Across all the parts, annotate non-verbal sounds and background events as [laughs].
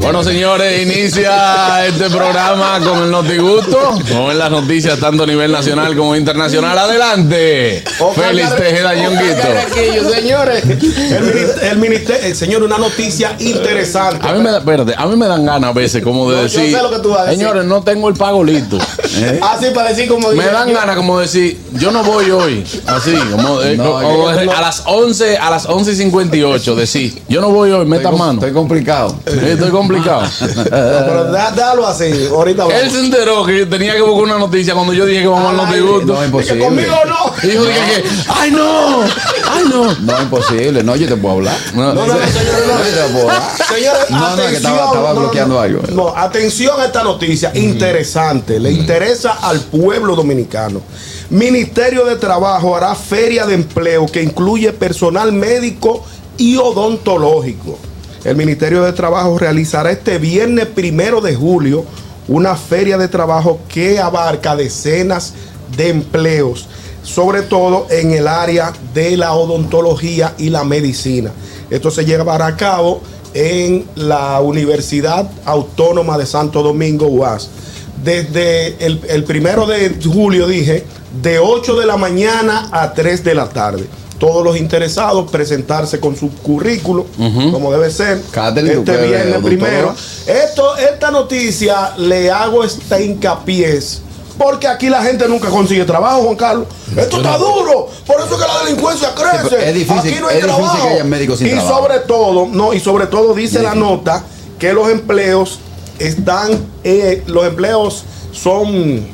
Bueno, señores, inicia este programa con el Notigusto, con las noticias tanto a nivel nacional como internacional. Adelante, Félix Tejeda Yonguito. señores. El, minist- el ministerio, eh, señor, una noticia interesante. A mí, me da, espérate, a mí me dan ganas a veces como de No, yo decir, sé lo que tú vas a decir. señores, no tengo el pago listo. ¿Eh? Así para decir como Me dice- dan ganas como decir, yo no voy hoy, así, como, de- No, como- yo como de- tengo- a las 11, a las 11 y 58, decir, yo no voy hoy, meta Estoy, com- mano. estoy complicado. Eh, Estoy [laughs] complicado. No, pero da- dalo así. Ahorita vamos. Él se enteró que yo tenía que buscar una noticia cuando yo dije que vamos al Al aire. Notigusto. No, Dice, imposible. conmigo no. Y yo dije que, ¡ay no! ¡ay no! No, imposible. No, yo te puedo hablar. No, No, no, no, señores, no. Yo te puedo hablar. pues, ah. Señores, No, no, que atención. estaba- estaba bloqueando algo. No, atención a esta noticia interesante. Le interesa al pueblo dominicano. Ministerio de Trabajo hará feria de empleo que incluye personal médico y odontológico. El Ministerio de Trabajo realizará este viernes primero de julio una feria de trabajo que abarca decenas de empleos, sobre todo en el área de la odontología y la medicina. Esto se llevará a cabo en la Universidad Autónoma de Santo Domingo, UAS. Desde el, el primero de julio, dije, de 8 de la mañana a 3 de la tarde. Todos los interesados presentarse con su currículo, como debe ser. Catherine, tú este puedes, viernes odontóloga. primero. Esto, esta noticia le hago esta hincapié. Porque aquí la gente nunca consigue trabajo, Juan Carlos. Esto está duro. Por eso es que la delincuencia crece. pero es difícil- aquí no hay es difícil trabajo. que haya médicos sin y trabajo. sobre todo, no, y sobre todo dice la Difícil. nota que los empleos están, eh, los empleos son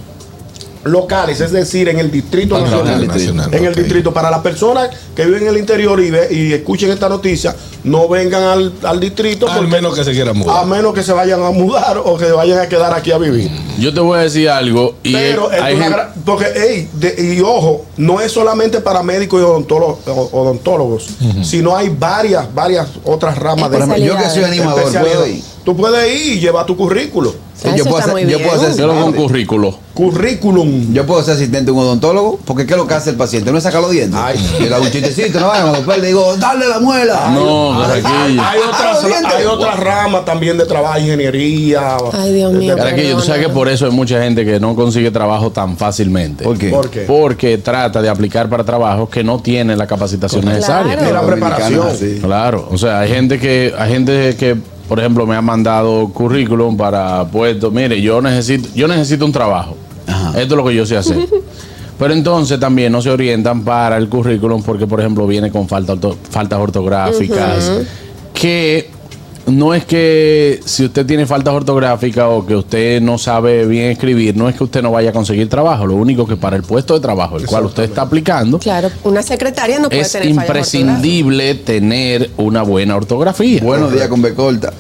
locales, es decir, en el distrito Nacional, nacional. Ah, nacional, en el ok. distrito. Para las personas que viven en el interior y, ve- y escuchen esta noticia, no vengan al, al distrito. Al porque- menos que se quiera a mudar. menos que se vayan a mudar o que se vayan a quedar aquí a vivir. Mm. Yo te voy a decir algo. Y Pero es hay una gente- gran- porque, ey, de- y ojo, no es solamente para médicos y odontolo- o- odontólogos, sino hay varias, varias otras ramas Por ejemplo, de yo que soy animador, puedo ir. especialidad. Tú puedes ir y llevar tu currículo. Sí, yo, Eso puedo está hacer, muy yo, bien. puedo hacer, Yo lo con currículo. Currículum. yo puedo ser asistente de un odontólogo, porque ¿qué es lo que hace el paciente? No es sacar los dientes. Yo le hago un chistecito, no, cuando después le digo, dale la muela. No, Hay, Caraquillo. hay otras, Ah, bien, hay de- otras ramas también de trabajo, ingeniería. Ay, Dios mío. etcétera. Caraquillo, tú sabes que por eso hay mucha gente que no consigue trabajo tan fácilmente. ¿Por qué? ¿Por qué? Porque trata de aplicar para trabajos que no tienen la capacitación necesaria. Ni la Los dominicanos preparación. así. Claro, o sea, hay gente que, hay gente que, por ejemplo, me ha mandado currículum para puestos. Mire, yo necesito, yo necesito un trabajo. Esto es lo que yo sé hacer. Pero entonces también no se orientan para el currículum porque, por ejemplo, viene con falta orto- faltas ortográficas. Que no es que si usted tiene faltas ortográficas o que usted no sabe bien escribir, no es que usted no vaya a conseguir trabajo. Lo único que para el puesto de trabajo, el cual usted está aplicando, Claro, una secretaria no puede es tener fallas imprescindible tener una buena ortografía. Buenos días con B corta.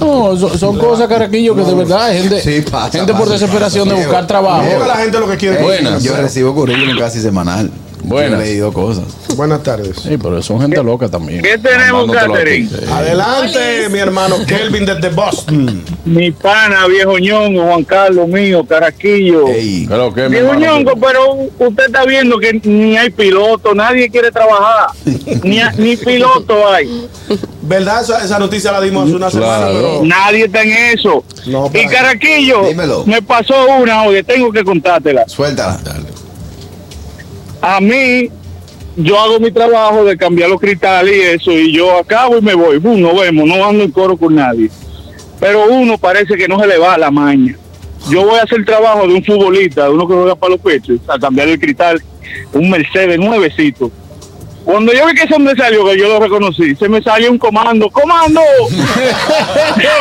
No, so- son, cosas, caraquillo, que de verdad hay gente, Sí, pasa, gente por pasa, desesperación pasa. de buscar trabajo. Porque la gente lo que quiere. Ey, Buenas. Yo recibo currículum casi semanal. Buenas. Yo he leído cosas. Buenas tardes. Sí, pero son gente loca también. ¿Qué tenemos, Mandándotelo a ti. Catherine? Sí. Adelante, mi hermano Kelvin desde Boston. Mi pana, viejo ñongo, Juan Carlos mío, Caraquillo. Oh. Ey, Pero que, mi Viejo hermano, ñongo, que- pero usted está viendo que ni hay piloto, nadie quiere [laughs] trabajar. ni, ni piloto hay. ¿Verdad? Esa, esa noticia la dimos hace una semana, Claro. pero Nadie está en eso. No, y para- Caraquillo, Oh. Dímelo. me pasó una, oye, tengo que contártela. suéltala. A mí, yo hago mi trabajo de cambiar los cristales y eso, y yo acabo y me voy. Bum, nos vemos, no ando en coro con nadie. Pero uno parece que no se le va la maña. Yo voy a hacer el trabajo de un futbolista, de uno que juega para los pechos, a cambiar el cristal, un Mercedes nuevecito. Cuando yo vi que se me salió, que yo lo reconocí, se me salió un comando, ¡comando! [laughs]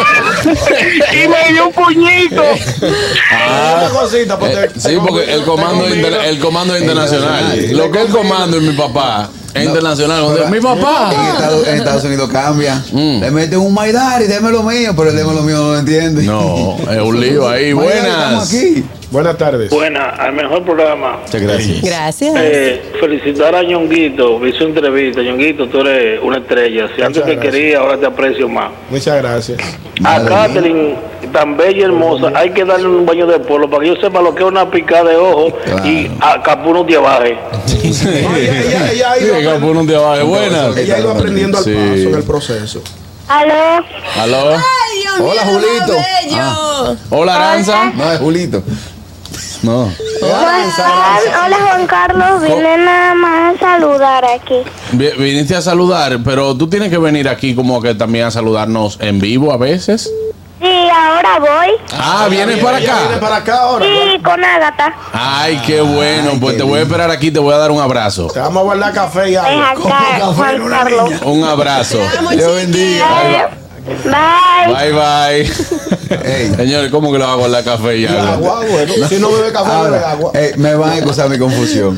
y me dio un puñito. Una cosita, porque Eh, te- sí, te porque el convido- comando, te inter- convido. el comando es internacional. Internacional. Lo que es el comando en mi papá es internacional. O sea, mi En papá. Estados, en Estados Ah. Unidos cambia. Mm. Le meten un Maidari, déme lo mío, pero el déme lo mío no lo entiende. No, es un lío ahí. [laughs] Maidari, Buenas. Estamos aquí. Buenas tardes. Buena, al mejor programa. Muchas gracias. Gracias. Eh, felicitar a Ñonguito, vi su entrevista. Ñonguito, tú eres una estrella. Si antes te gracias. quería, ahora te aprecio más. Muchas gracias. A Madre Catherine, tan bella y hermosa, hay que darle un baño de polo para que yo sepa lo que es una picada de ojo y a capuno te abaje. No, ella, ella- ella ha Sí, ido que aprendiendo- pone un día abajo. Buena. ella ha ido aprendiendo al Sí. paso en el proceso. Aló, Aló. Ay, Dios Hola, mío, lo Julito. bello. Hola, Aranza. No, es Julito. No. Juan Carlos. Hola Juan Carlos, vine nada más a saludar aquí. Vi- Viniste a saludar, pero tú tienes que venir aquí como que también a saludarnos en vivo a veces. Sí, ahora voy. Ah, vienes para Ella viene acá. para acá ahora. Sí, con Ágata. Ay, qué bueno. Pues te voy a esperar aquí, te voy a dar un abrazo. Te vamos a guardar café y Ven algo. acá, Juan Carlos. Un abrazo. Vamos, Dios chiqui. bendiga. Eh, Bye Bye. bye. Ey. Señores, ¿cómo que lo hago en la café Y ya? agua, bueno. Si no bebe café, bebe Ahora, agua. eh, me van a excusar mi confusión.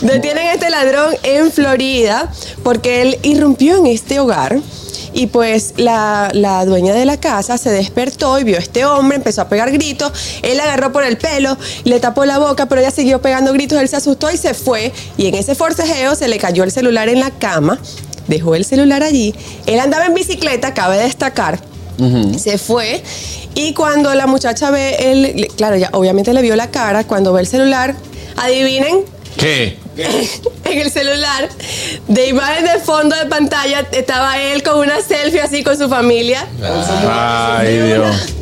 Detienen a este ladrón en Florida porque él irrumpió en este hogar. Y pues la, la dueña de la casa se despertó y vio a este hombre, empezó a pegar gritos, él la agarró por el pelo, le tapó la boca, pero ella siguió pegando gritos, él se asustó y se fue. Y en ese forcejeo se le cayó el celular en la cama, dejó el celular allí, él andaba en bicicleta, cabe destacar, se fue y cuando la muchacha ve el, claro, ya obviamente le vio la cara, cuando ve el celular, adivinen, [laughs] ¿Qué? en el celular, de imagen de fondo de pantalla, estaba él con una selfie así con su familia. Ay, Dios. De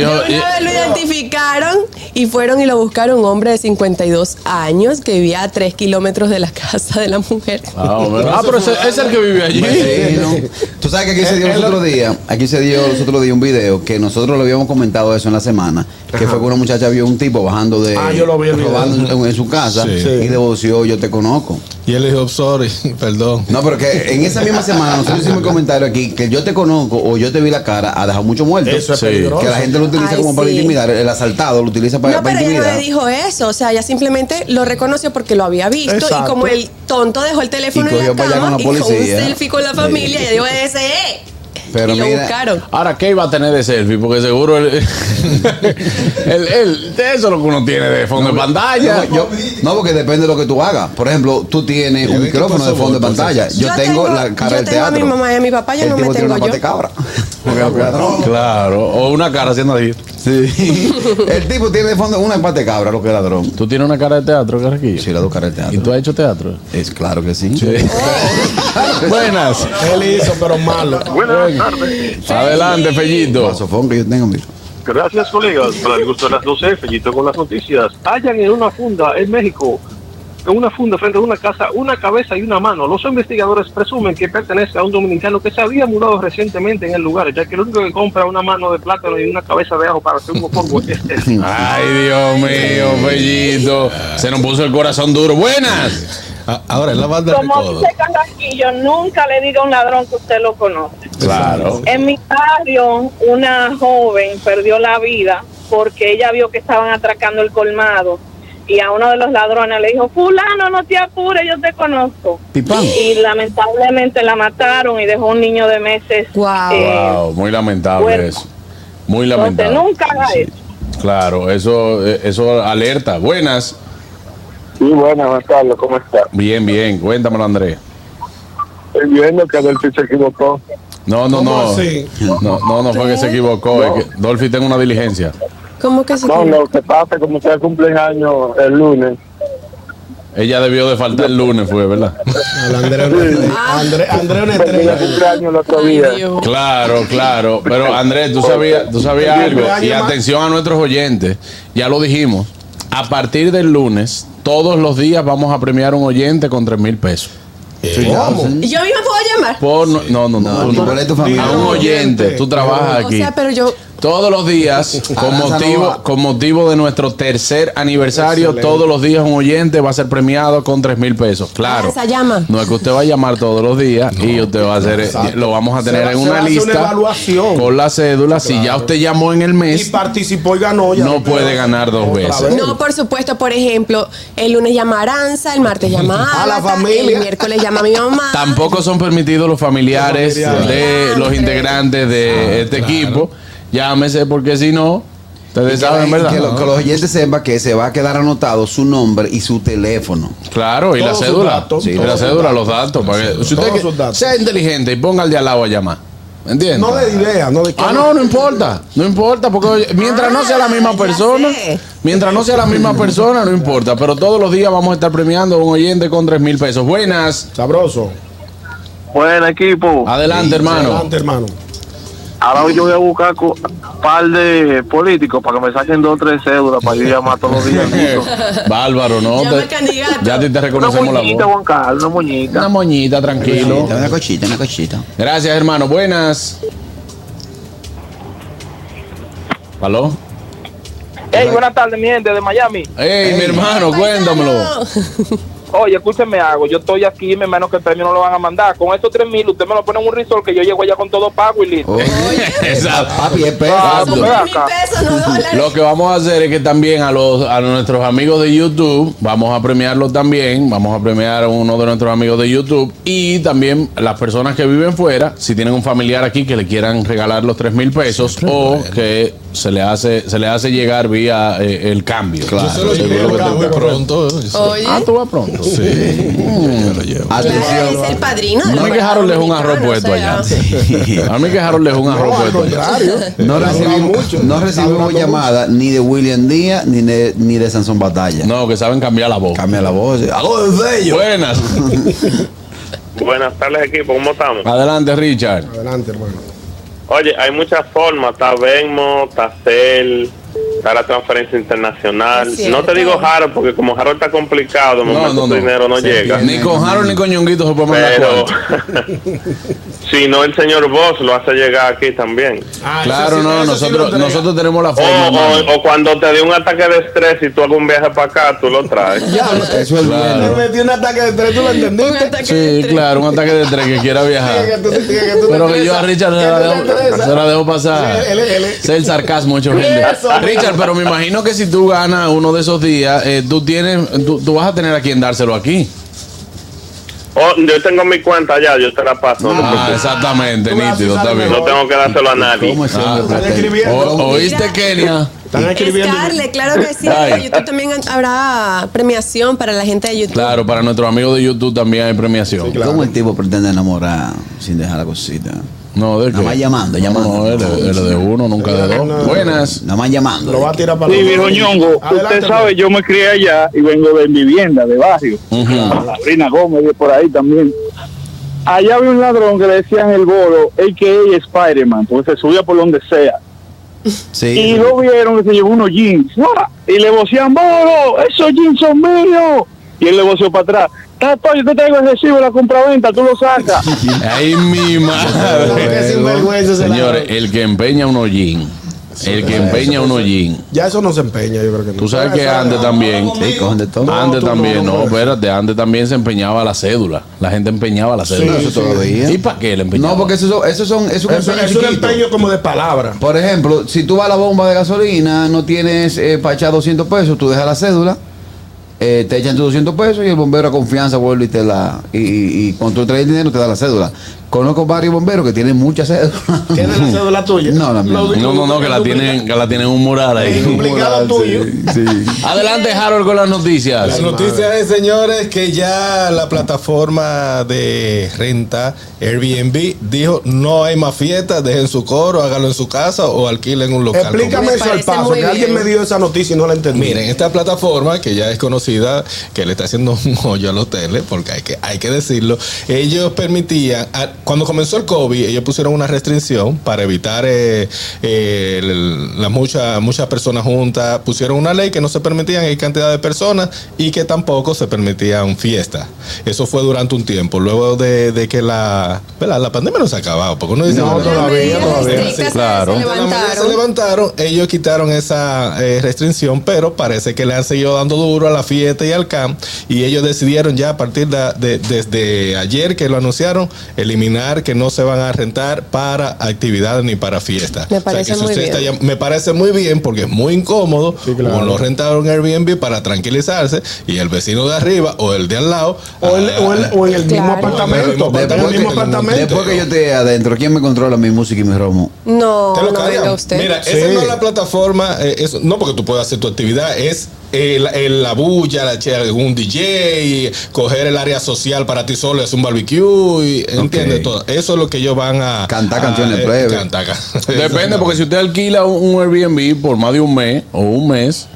Dijo, una vez lo identificaron y fueron y lo buscaron un hombre de 52 años que vivía a 3 kilómetros de la [laughs] casa de la mujer. [laughs] Ah, hombre. Ah, pero ese- ese es el que vive allí. Bueno, Tú sabes que aquí se dio los otros días, aquí se dio los otros días un video que nosotros lo habíamos comentado eso en la semana, que fue que una muchacha vio un tipo bajando de Ah, yo lo vi el video. robando en, en su casa Sí. y devoció yo te conozco. Y él dijo, sorry, perdón. No, pero que en esa misma semana nosotros hicimos el comentario aquí que yo te conozco o yo te vi la cara ha dejado mucho muerto. Eso es Sí. peligroso. que la gente lo utiliza Ay, como para sí. intimidar, el asaltado lo utiliza para, No, para pero ella no intimidar. le dijo eso, o sea, ella simplemente lo reconoció porque lo había visto Exacto. y como el tonto dejó el teléfono Y en la cogió para allá cama con la y con un policía. selfie con la familia, ella dijo, ese es". Pero y lo mira, buscaron. Ahora, ¿qué iba a tener de selfie? Porque seguro él. él, él- de eso es lo que uno tiene de fondo de pantalla. No, yo- no, porque depende de lo que tú hagas. Por ejemplo, tú tienes un micrófono de fondo de pantalla. Yo, tengo, la cara yo del tengo a teatro. mi mamá y a mi papá, yo El no me tipo tiene tengo una yo. pata [laughs] de cabra. Porque [laughs] es ladrón. Claro. O una cara haciendo así. Sí. El tipo tiene de fondo una pata de cabra, lo que es ladrón. ¿Tú tienes una cara de teatro, Carraquillo? Sí, la dos caras del ¿Y tú teatro. has hecho teatro? Es claro que sí. Buenas. Él hizo, pero malo. Buenas tardes. Adelante, Fellito. Masofón que yo tengo, mira. Gracias, colegas. Para el gusto de las 12, Fellito con las noticias. Hallan en una funda en México, en una funda frente a una casa, una cabeza y una mano. Los investigadores presumen que pertenece a un dominicano que se había mudado recientemente en el lugar, ya que el único que compra una mano de plátano y una cabeza de ajo para hacer un mofongo es él. Ay, Dios mío, Fellito. Se nos puso el corazón duro. Buenas. A- Ah, Ahora es la banda de Como recodo. dice Carraquillo, nunca le diga a un ladrón que usted lo conoce. Claro. En mi barrio, una joven perdió la vida porque ella vio que estaban atracando el colmado y a uno de los ladrones le dijo, fulano, no te apures, yo te conozco. Pipán. Y lamentablemente la mataron y dejó un niño de meses. eh, Guau. Wow, muy lamentable Bueno. eso. Muy Entonces lamentable. nunca haga eso. Claro, eso, eh, eso alerta. Buenas. Sí, buenas, Juan Carlos, ¿cómo está? Bien, bien. Cuéntamelo, Andrés. Estoy viendo que Delphi se equivocó. No, no, ¿Cómo no. así? No, no, no fue que se equivocó. es que Dolphy tiene una diligencia. ¿Cómo que se que pasa es que como usted cumple años el lunes, Ella debió de faltar el lunes, fue, ¿verdad? El André es una estrella. André- André es una estrella. cumpleaños el otro Ay, Dios. Claro, claro. Pero Andrés, tú sabías, tú sabías algo. Y atención a nuestros oyentes. Ya lo dijimos. A partir del lunes, todos los días vamos a premiar un oyente con 3 mil pesos. Oh. ¿Cómo? Yo mismo puedo llamar. Por, no, no, no. No, tú- ni por ahí tu familia. a un oyente. Tú trabajas O aquí. sea, pero yo Todos los [laughs] días, con Aranza no motivo, va. con motivo de nuestro tercer aniversario, Excelente. todos los días un oyente va a ser premiado con 3 mil pesos. Claro. Aranza, llama. No es que usted va a llamar todos los días y usted va a hacer, Exacto. lo vamos a Se tener va- en se una va a hacer una lista evaluación. con la cédula. Si ya usted llamó en el Y mes, participó y ganó. Ya no puede ganar dos veces. No, por supuesto, por ejemplo, el lunes llama a Aranza, el martes llama a A la Agatha, familia. el miércoles llama a mi mamá. Tampoco son permitidos los familiares Los familiares. Ah, de los integrantes de este equipo. Llámese porque si no, Y ustedes que, saben, y ¿verdad? que lo- que los oyentes sepan que se va a quedar anotado su nombre y su teléfono. Claro, y la Todos sus cédula. datos, Sí, todos la sus cédula, datos. los datos. para que- si usted Todos que- sus datos. sea inteligente y ponga al de al lado a llamar. ¿Me entiendes? No de idea, no de Ah, no, no importa. No importa, porque oye, mientras no sea la misma Ah, ya persona, sé. mientras no sea la misma persona, no importa. Pero todos los días vamos a estar premiando a un oyente con 3 mil pesos. Buenas. Sabroso. Buen equipo. Adelante, hermano. Adelante, hermano. Ahora yo voy a buscar co- par de políticos para que me saquen dos o tres cédulas para yo llamar todos los días. Nico. [laughs] [laughs] Bárbaro, ¿no? Llama Te- al candidato. ya a ti te Una reconocemos la moñita, voz. Juan Carlos, una moñita. Una moñita, tranquilo. Una cochita, [laughs] una cochita. Gracias, hermano. Buenas. ¿Aló? Hey, buenas tardes, mi gente de Miami. Ey, mi hermano, cuéntamelo. Oye, escúcheme algo. Yo estoy aquí, mi hermano, que el premio no lo van a mandar. Con esos tres mil, usted me lo pone en un resort que yo llego allá con todo pago y listo. Oye, Exacto. papi, es peso. Ah, Son Ve tres acá. mil pesos, no dólares. Lo que vamos a hacer es que también a los a nuestros amigos de YouTube vamos a premiarlos también, vamos a premiar a uno de nuestros amigos de YouTube y también las personas que viven fuera, si tienen un familiar aquí que le quieran regalar los tres mil pesos o que se le hace se le hace llegar vía eh, el cambio. Yo se lo Seguro llevo que te- muy pronto. eh, eso. Oye, Ah, tú vas pronto. Sí, yo lo llevo. Ah, claro, Atención. es el padrino. No hay que Harold es un arroz puesto allá. [laughs] A mí que Harold es un arroz No, al puesto allá. contrario. No Está hablando recibimos, mucho. no Está recibimos hablando llamada ni de William Díaz ni de, ni de Sansón Batalla. No, que saben cambiar la voz. Cambia la voz. Ah, Aló, es [laughs] bello. Buenas. Buenas tardes, equipo. ¿Cómo estamos? Adelante, Richard. mucho. Adelante, hermano. Oye, hay muchas formas. Está Venmo, está Cel, está la transferencia internacional. Es cierto. No te digo Harold, porque como Harold está complicado, de No, momento no, tu no. dinero no Se llega. Ni con Harold ni con Ñonguito se puede mandar Pero cuarto. [laughs] si no, el señor Boss lo hace llegar aquí también. Claro, no, nosotros, nosotros tenemos la O, forma. hermano. o- o cuando te dé un ataque de estrés y tú hagas un viaje para acá, tú lo traes. Eso es Claro. bien. Me metí un ataque de tres, ¿tú lo Un entendiste? ataque de sí, tres. claro, un ataque de tres que quiera Que viajar. tú- que tú- que tú Pero que te yo a estresas. Richard se Que la tú te dejo, estresas. se la dejo pasar. Él- él- él- Sé el sarcasmo, hecho gente. Eso. Richard, pero me imagino que si tú ganas uno de esos días, eh, tú tienes, tú, tú vas a tener a quien dárselo aquí. Oh, yo tengo mi cuenta ya, yo te la paso. no te Ah, preocupes. exactamente, Tú vas a nítido, está usar bien. No tengo que dárselo a nadie. ¿Cómo es Ah, el hombre Están plateado? escribiendo. O- ¿Oíste, Mira. Kenia? Están escribiendo. Scarlett, claro que sí. Ay. En YouTube también habrá premiación para la gente de YouTube. Claro, para nuestros amigos de YouTube también hay premiación. ¿Cómo el tipo pretende enamorar sin dejar la cosita? No, de Nada qué? más llamando, No, llamando. No, él, él es de uno, nunca de dos. No, no. Buenas. Nada más llamando. Ah. Lo va a tirar para Sí, los- viejo ñongo, Adelante, usted sabe, yo me crié allá y vengo de vivienda, de barrio. Ujú. Sabrina Gómez de por ahí también. Allá había un ladrón que le decían el bolo, a.k.a. Spider-Man, porque se subía por donde sea. Y Sí. lo vieron que se llevó unos jeans. ¡Ah! ¡guau! Y le vocían, bolo, esos jeans son míos. Y él le voció para atrás. Tato, yo te traigo el recibo de la compraventa, tú lo sacas. Ay, mi [laughs] Claro que madre. Eh, sinvergüenza ese Señores, ladrón. el que empeña un hollín. El que empeña un hollín. eh, Ya eso no se empeña, yo creo que no. Tú sabes que Eso- antes también. Sí, cogen de todo. No, Antes tú no, también, no, no, no. espérate, antes también se empeñaba la cédula. La gente empeñaba la No, cédula. eso todavía. ¿Y para qué le empeñaba? No, porque esos son, esos son, es un Eso, empeño es un chiquito. empeño como de palabra. Por ejemplo, si tú vas a la bomba de gasolina, no tienes eh, para echar 200 pesos, tú dejas la cédula, eh, te echan tus 200 pesos y el bombero a confianza vuelve y te la. Y, y, y cuando tú traes el dinero, te da la cédula. Conozco varios bomberos que tienen muchas cédulas. [laughs] ¿Tienes la cédula tuya? No, la mía no. Lo- No, no, no, que la tienen, que la tienen un mural ahí. Duplicado tuyo. Sí. Adelante, Harold, con las noticias. La noticia es, señores, que ya la plataforma de renta Airbnb dijo no hay más fiestas, dejen su coro, hágalo en su casa o alquilen un local. Explícame Me eso al parece paso, muy que alguien me bien. dio esa noticia y no la entendí. Miren, esta plataforma que ya es conocida, que le está haciendo un hoyo a los hoteles, porque hay que, hay que decirlo, ellos permitían a- cuando comenzó el COVID, ellos pusieron una restricción para evitar eh, eh, el- las muchas muchas personas juntas. Pusieron una ley que no se permitían X cantidad de personas y que tampoco se permitían fiestas. Eso fue durante un tiempo. Luego de, de que la, ¿verdad? la pandemia no se ha acabado, porque uno dice No, bueno, todavía, todavía. Sí, claro. Se Cuando las medidas se levantaron, ellos quitaron esa eh, restricción, pero parece que le han seguido dando duro a la fiesta y al camp. Y ellos decidieron ya a partir de, de- desde ayer que lo anunciaron, eliminar que no se van a rentar para actividades ni para fiestas. Me O sea, que parece si muy usted bien. está llam- me parece muy bien porque es muy incómodo. Uno lo rentaron en Airbnb para tranquilizarse y el vecino de arriba o el de al lado. O, en el mismo apartamento. en el mismo apartamento. Después que yo esté adentro, ¿quién me controla mi música y mi romo? No, Te lo no cargan. venga usted. Mira, Sí. esa no es la plataforma, eh, eso- no porque tú puedas hacer tu actividad, es eh, la- el- la bulla, la, che- un DJ, coger el área social para ti solo, hacer un barbecue, y, ¿entiendes? Todo. Eso es lo que ellos van a... eh, Cantar canciones breves. [laughs] Depende, porque si usted alquila un un Airbnb por más de un mes o un mes,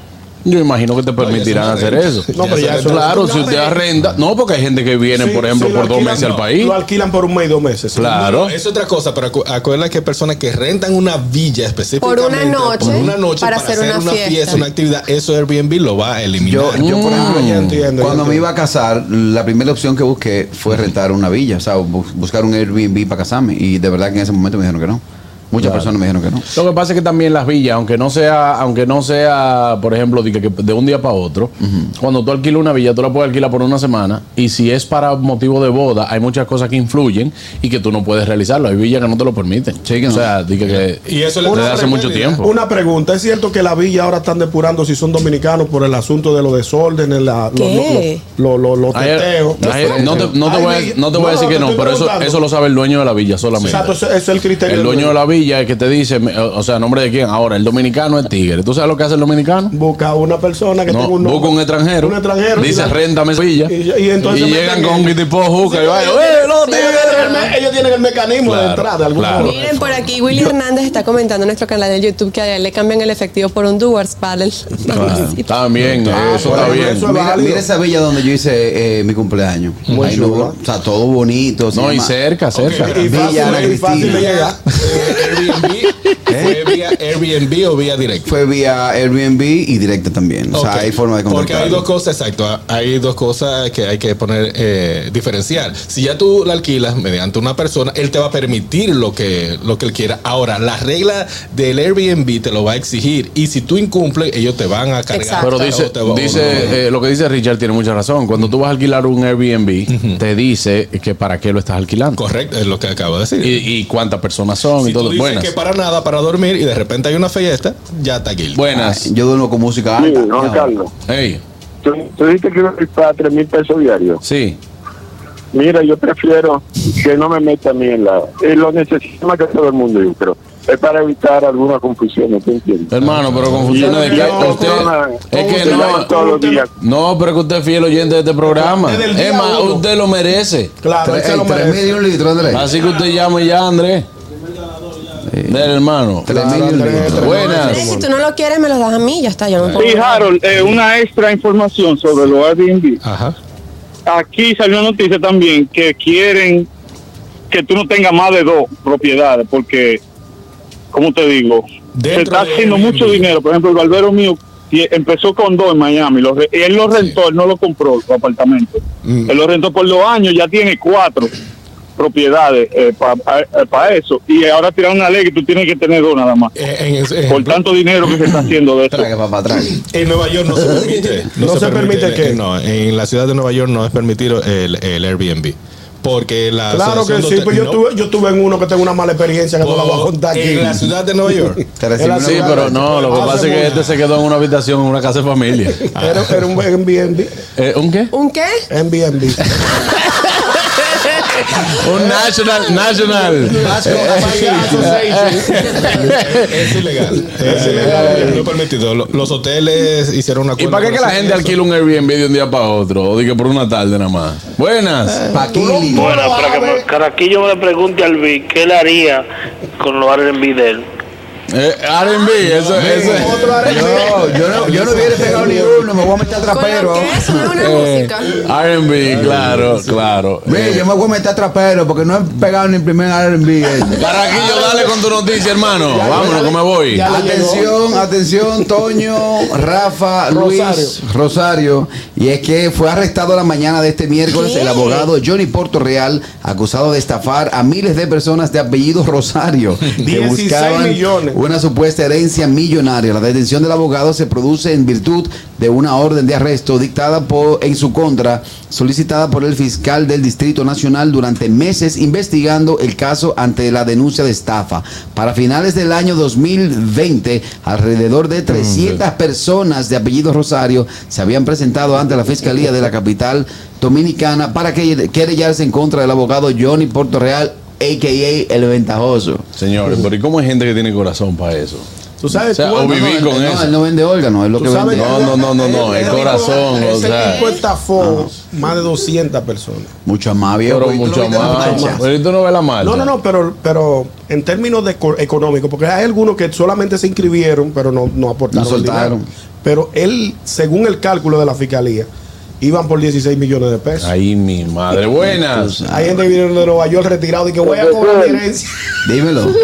yo imagino que te permitirán eso es hacer renta. eso. No, pero ya eso es claro, renta. si usted arrenda, no, porque hay gente que viene, por ejemplo, por dos meses al país. Lo alquilan por un mes y dos meses. Claro. Es otra cosa, pero acu- acuérdate que hay personas que rentan una villa específica noche, para hacer una fiesta. una actividad, eso Airbnb lo va a eliminar. Yo, yo, por ejemplo, Mm. cuando me iba a casar, la primera opción que busqué fue rentar una villa, o sea, bu- buscar un Airbnb para casarme. Y de verdad que en ese momento me dijeron que no. Muchas Claro. personas me dijeron que no. Lo que pasa es que también las villas, aunque no sea, aunque no sea, por ejemplo, de, que- que de un día para otro, cuando tú alquilas una villa, tú la puedes alquilar por una semana y si es para motivo de boda, hay muchas cosas que influyen y que tú no puedes realizarlo. Hay villas que no te lo permiten. o sea, de que, que Y eso le desde trae hace mucho tiempo. Una pregunta, ¿es cierto que la villa ahora están depurando si son dominicanos por el asunto de los desórdenes, la, los ¿Qué? lo- lo- lo- lo- lo Hay- teteos? hay- no te, no te Hay voy, a, villa- no te voy a decir que te no, estoy pero eso, preguntando. eso lo sabe el dueño de la villa solamente. Exacto, eso, eso es el criterio. El del dueño de la villa es que te dice, me- o sea, nombre de quién. Ahora, el dominicano es tigre. ¿Tú sabes lo que hace el dominicano? Busca a una persona que No, tenga un nombre. busca un extranjero. Un extranjero. Dice, Y- réntame esa villa. Y, y entonces Y meten llegan el- con un tipo juca y ellos vaya, tienen- "Eh, los ellos tienen el me- Ellos tienen el mecanismo de Claro, entrada de alguna claro. forma. Miren, por aquí Willy Hernández está comentando en nuestro canal de YouTube que a él le cambian el efectivo por un Duars Paddle. Ah, Claro, Está bien, eh, eso está bien. Mira, mira esa villa donde yo hice eh, mi cumpleaños. Muy Ahí lo- chula. o sea, todo bonito. se ¿ah? No, y llama cerca, cerca. Villa Ana Cristina. ¿Eh? ¿Fue vía Airbnb o vía directa? Fue vía Airbnb y directa también. O sea, Ok, hay forma de Porque contactar. hay dos cosas, exacto. Hay dos cosas que hay que poner, eh, diferenciar. Si ya tú la alquilas mediante una persona, él te va a permitir lo que, lo que él quiera. Ahora, la regla del Airbnb te lo va a exigir. Y si tú incumples, ellos te van a cargar. Pero dice, O te va- dice, o no. eh, lo que dice Richard tiene mucha razón. Cuando tú vas a alquilar un Airbnb, te dice que para qué lo estás alquilando. Correcto, es lo que acabo de decir. Y, y cuántas personas son si y tú todo. dices Buenas. que para nada, para dormir, y de repente hay una fiesta, ya está aquí. Buenas. Yo duermo con música Sí, alta. Juan Ya. Carlos. Ey, ¿Tú, tú dijiste que iba a tres mil pesos diarios. sí. Mira, yo prefiero que no me meta a mí en la. eh, lo necesita más que todo el mundo, yo creo. Es para evitar alguna confusión, ¿te entiendes? Hermano, pero confusiones de que usted. Es que no. todos los días. No, pero es que usted es fiel oyente de este programa. Desde el día Es más, uno. usted lo merece. Claro, Tres- ese ey, lo tres mil merece. y un litro, Andrés. Así que usted llame ya, Andrés. Del hermano. Tres mil y un litro. Buenas. Andrés, si tú no lo quieres, me lo das a mí, ya está, yo no puedo. Sí, Harold, eh, una extra información sobre los Airbnb. Ajá. Aquí salió noticia también que quieren que tú no tengas más de dos propiedades, porque, ¿cómo te digo? se Dentro está de haciendo Airbnb. mucho dinero. Por ejemplo, el barbero mío tie- empezó con dos en Miami. Lo re- él lo rentó, él no lo compró, su apartamento. Mm. Él lo rentó por dos años, ya tiene cuatro propiedades eh, para eso. Y ahora tiraron una ley que tú tienes que tener dos nada más. eh, En, en- en- Por tanto dinero que se está haciendo de eso. Traga, papá, traga. En Nueva York no se permite. No se permite que qué. No, en la ciudad de Nueva York no es permitido el, el Airbnb. Porque la. Claro que asociación sí, de pues yo no. estuve, yo estuve en uno que tengo una mala experiencia que no la voy a Por- contar aquí. en la ciudad de Nueva York. Te [laughs] recibe Era Ah, una- Sí, pero no, lo que Hace pasa es que mucho. este se quedó en una habitación, en una casa de familia. Era, era un Airbnb. Eh, ¿Un qué? ¿Un qué? Airbnb. Un National. National. [laughs] es ilegal. [laughs] Eh, Es ilegal. No es permitido. Lo- Los hoteles hicieron una ¿Y para qué que la gente alquila un Airbnb de un día para otro? O diga por una tarde nada más. Buenas. Eh. Paquili. Bueno, para que Caraquillo me le pregunte al Vic qué le haría con los Airbnb de él. Eh, R&B, eso es. Yo, yo no, yo no hubiera pegado ni uno, me voy a meter trapero. R&B, claro, claro. Mira, yo me voy a meter trapero porque no he pegado ni el primer RB. este. Carraquillo, Ah, dale con tu noticia, hermano. Vámonos, que me voy. Atención, atención, Toño, Rafa, Luis, Rosario. Y es que fue arrestado la mañana de este miércoles ¿Qué? el abogado Johnny Portorreal, acusado de estafar a miles de personas de apellido Rosario, [laughs] que 16 buscaban millones. una supuesta herencia millonaria. La detención del abogado se produce en virtud de una orden de arresto dictada por, en su contra, solicitada por el fiscal del Distrito Nacional durante meses investigando el caso ante la denuncia de estafa. Para finales del año 2020, alrededor de 300 personas de apellido Rosario se habían presentado ante la Fiscalía de la capital dominicana para que- querellarse en contra del abogado Johnny Portorreal, a.k.a. El Ventajoso. Señores, pero ¿y cómo hay gente que tiene corazón para eso? Tú sabes, O sea, tú- o viví no, con él no- eso. él no vende órganos, es lo Tú que sabes vende. No, que- no, no, no, no, el ese tipo- corazón, o Ese sea. tipo estafó más de 200 personas. Mucho más viejo. Pero pues, y tú no mucho viste la más. marcha. Pero ¿y tú no ves la marcha. No, no, no, pero, pero en términos de co- económico, porque hay algunos que solamente se inscribieron, pero no, no aportaron. No el soltaron. dinero. Pero él, según el cálculo de la fiscalía, iban por 16 millones de pesos. Ahí mi madre, [laughs] buenas. Hay gente que viene de Nueva York retirado y que voy a cobrar mi herencia. Dímelo. [laughs]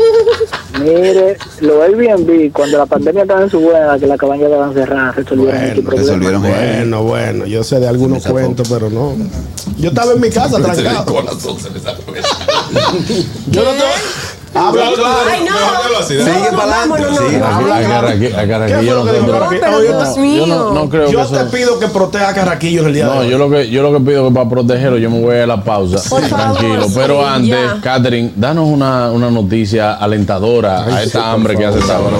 Mire, lo Airbnb, cuando la pandemia estaba en su buena, que la cabaña estaban cerradas, resolvieron este problema. Resolvieron juego. Bueno, bueno, yo sé de algunos cuentos, pero no. Yo estaba en mi casa Este trancado. Yo no te Habla claro. Ay, no. Sigue para adelante. A Carraqui- a ¿Qué fue Carraquillo lo no que dijo creo- Carraquillo? pero Oye, yo te- Yo Dios no, no mío. creo que Yo te eso. pido que proteja a Carraquillo en el día de No, hoy. yo lo que yo lo que pido que para protegerlo yo me voy a la pausa. Por favor, tranquilo. sí, Pero ya. antes, Catherine, danos una, una noticia alentadora a esta hambre que hace sábado.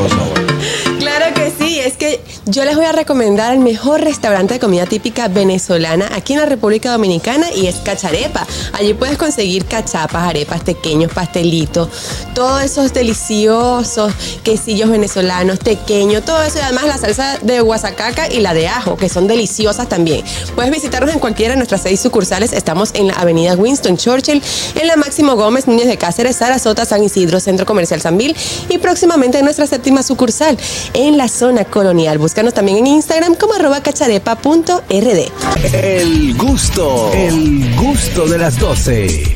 Claro que sí, es que yo les voy a recomendar el mejor restaurante de comida típica venezolana aquí en la República Dominicana y es Cacharepa. Allí puedes conseguir cachapas, arepas, pequeños, pastelitos, todos esos deliciosos quesillos venezolanos, tequeño, todo eso y además la salsa de guasacaca y la de ajo, que son deliciosas también. Puedes visitarnos en cualquiera de nuestras seis sucursales. Estamos en la avenida Winston Churchill, en la Máximo Gómez, Núñez de Cáceres, Sarasota, San Isidro, Centro Comercial San Vil y próximamente en nuestra séptima sucursal en la zona colonial. Búscanos también en Instagram como arroba cacharepa.rd. El gusto, el gusto de las 12.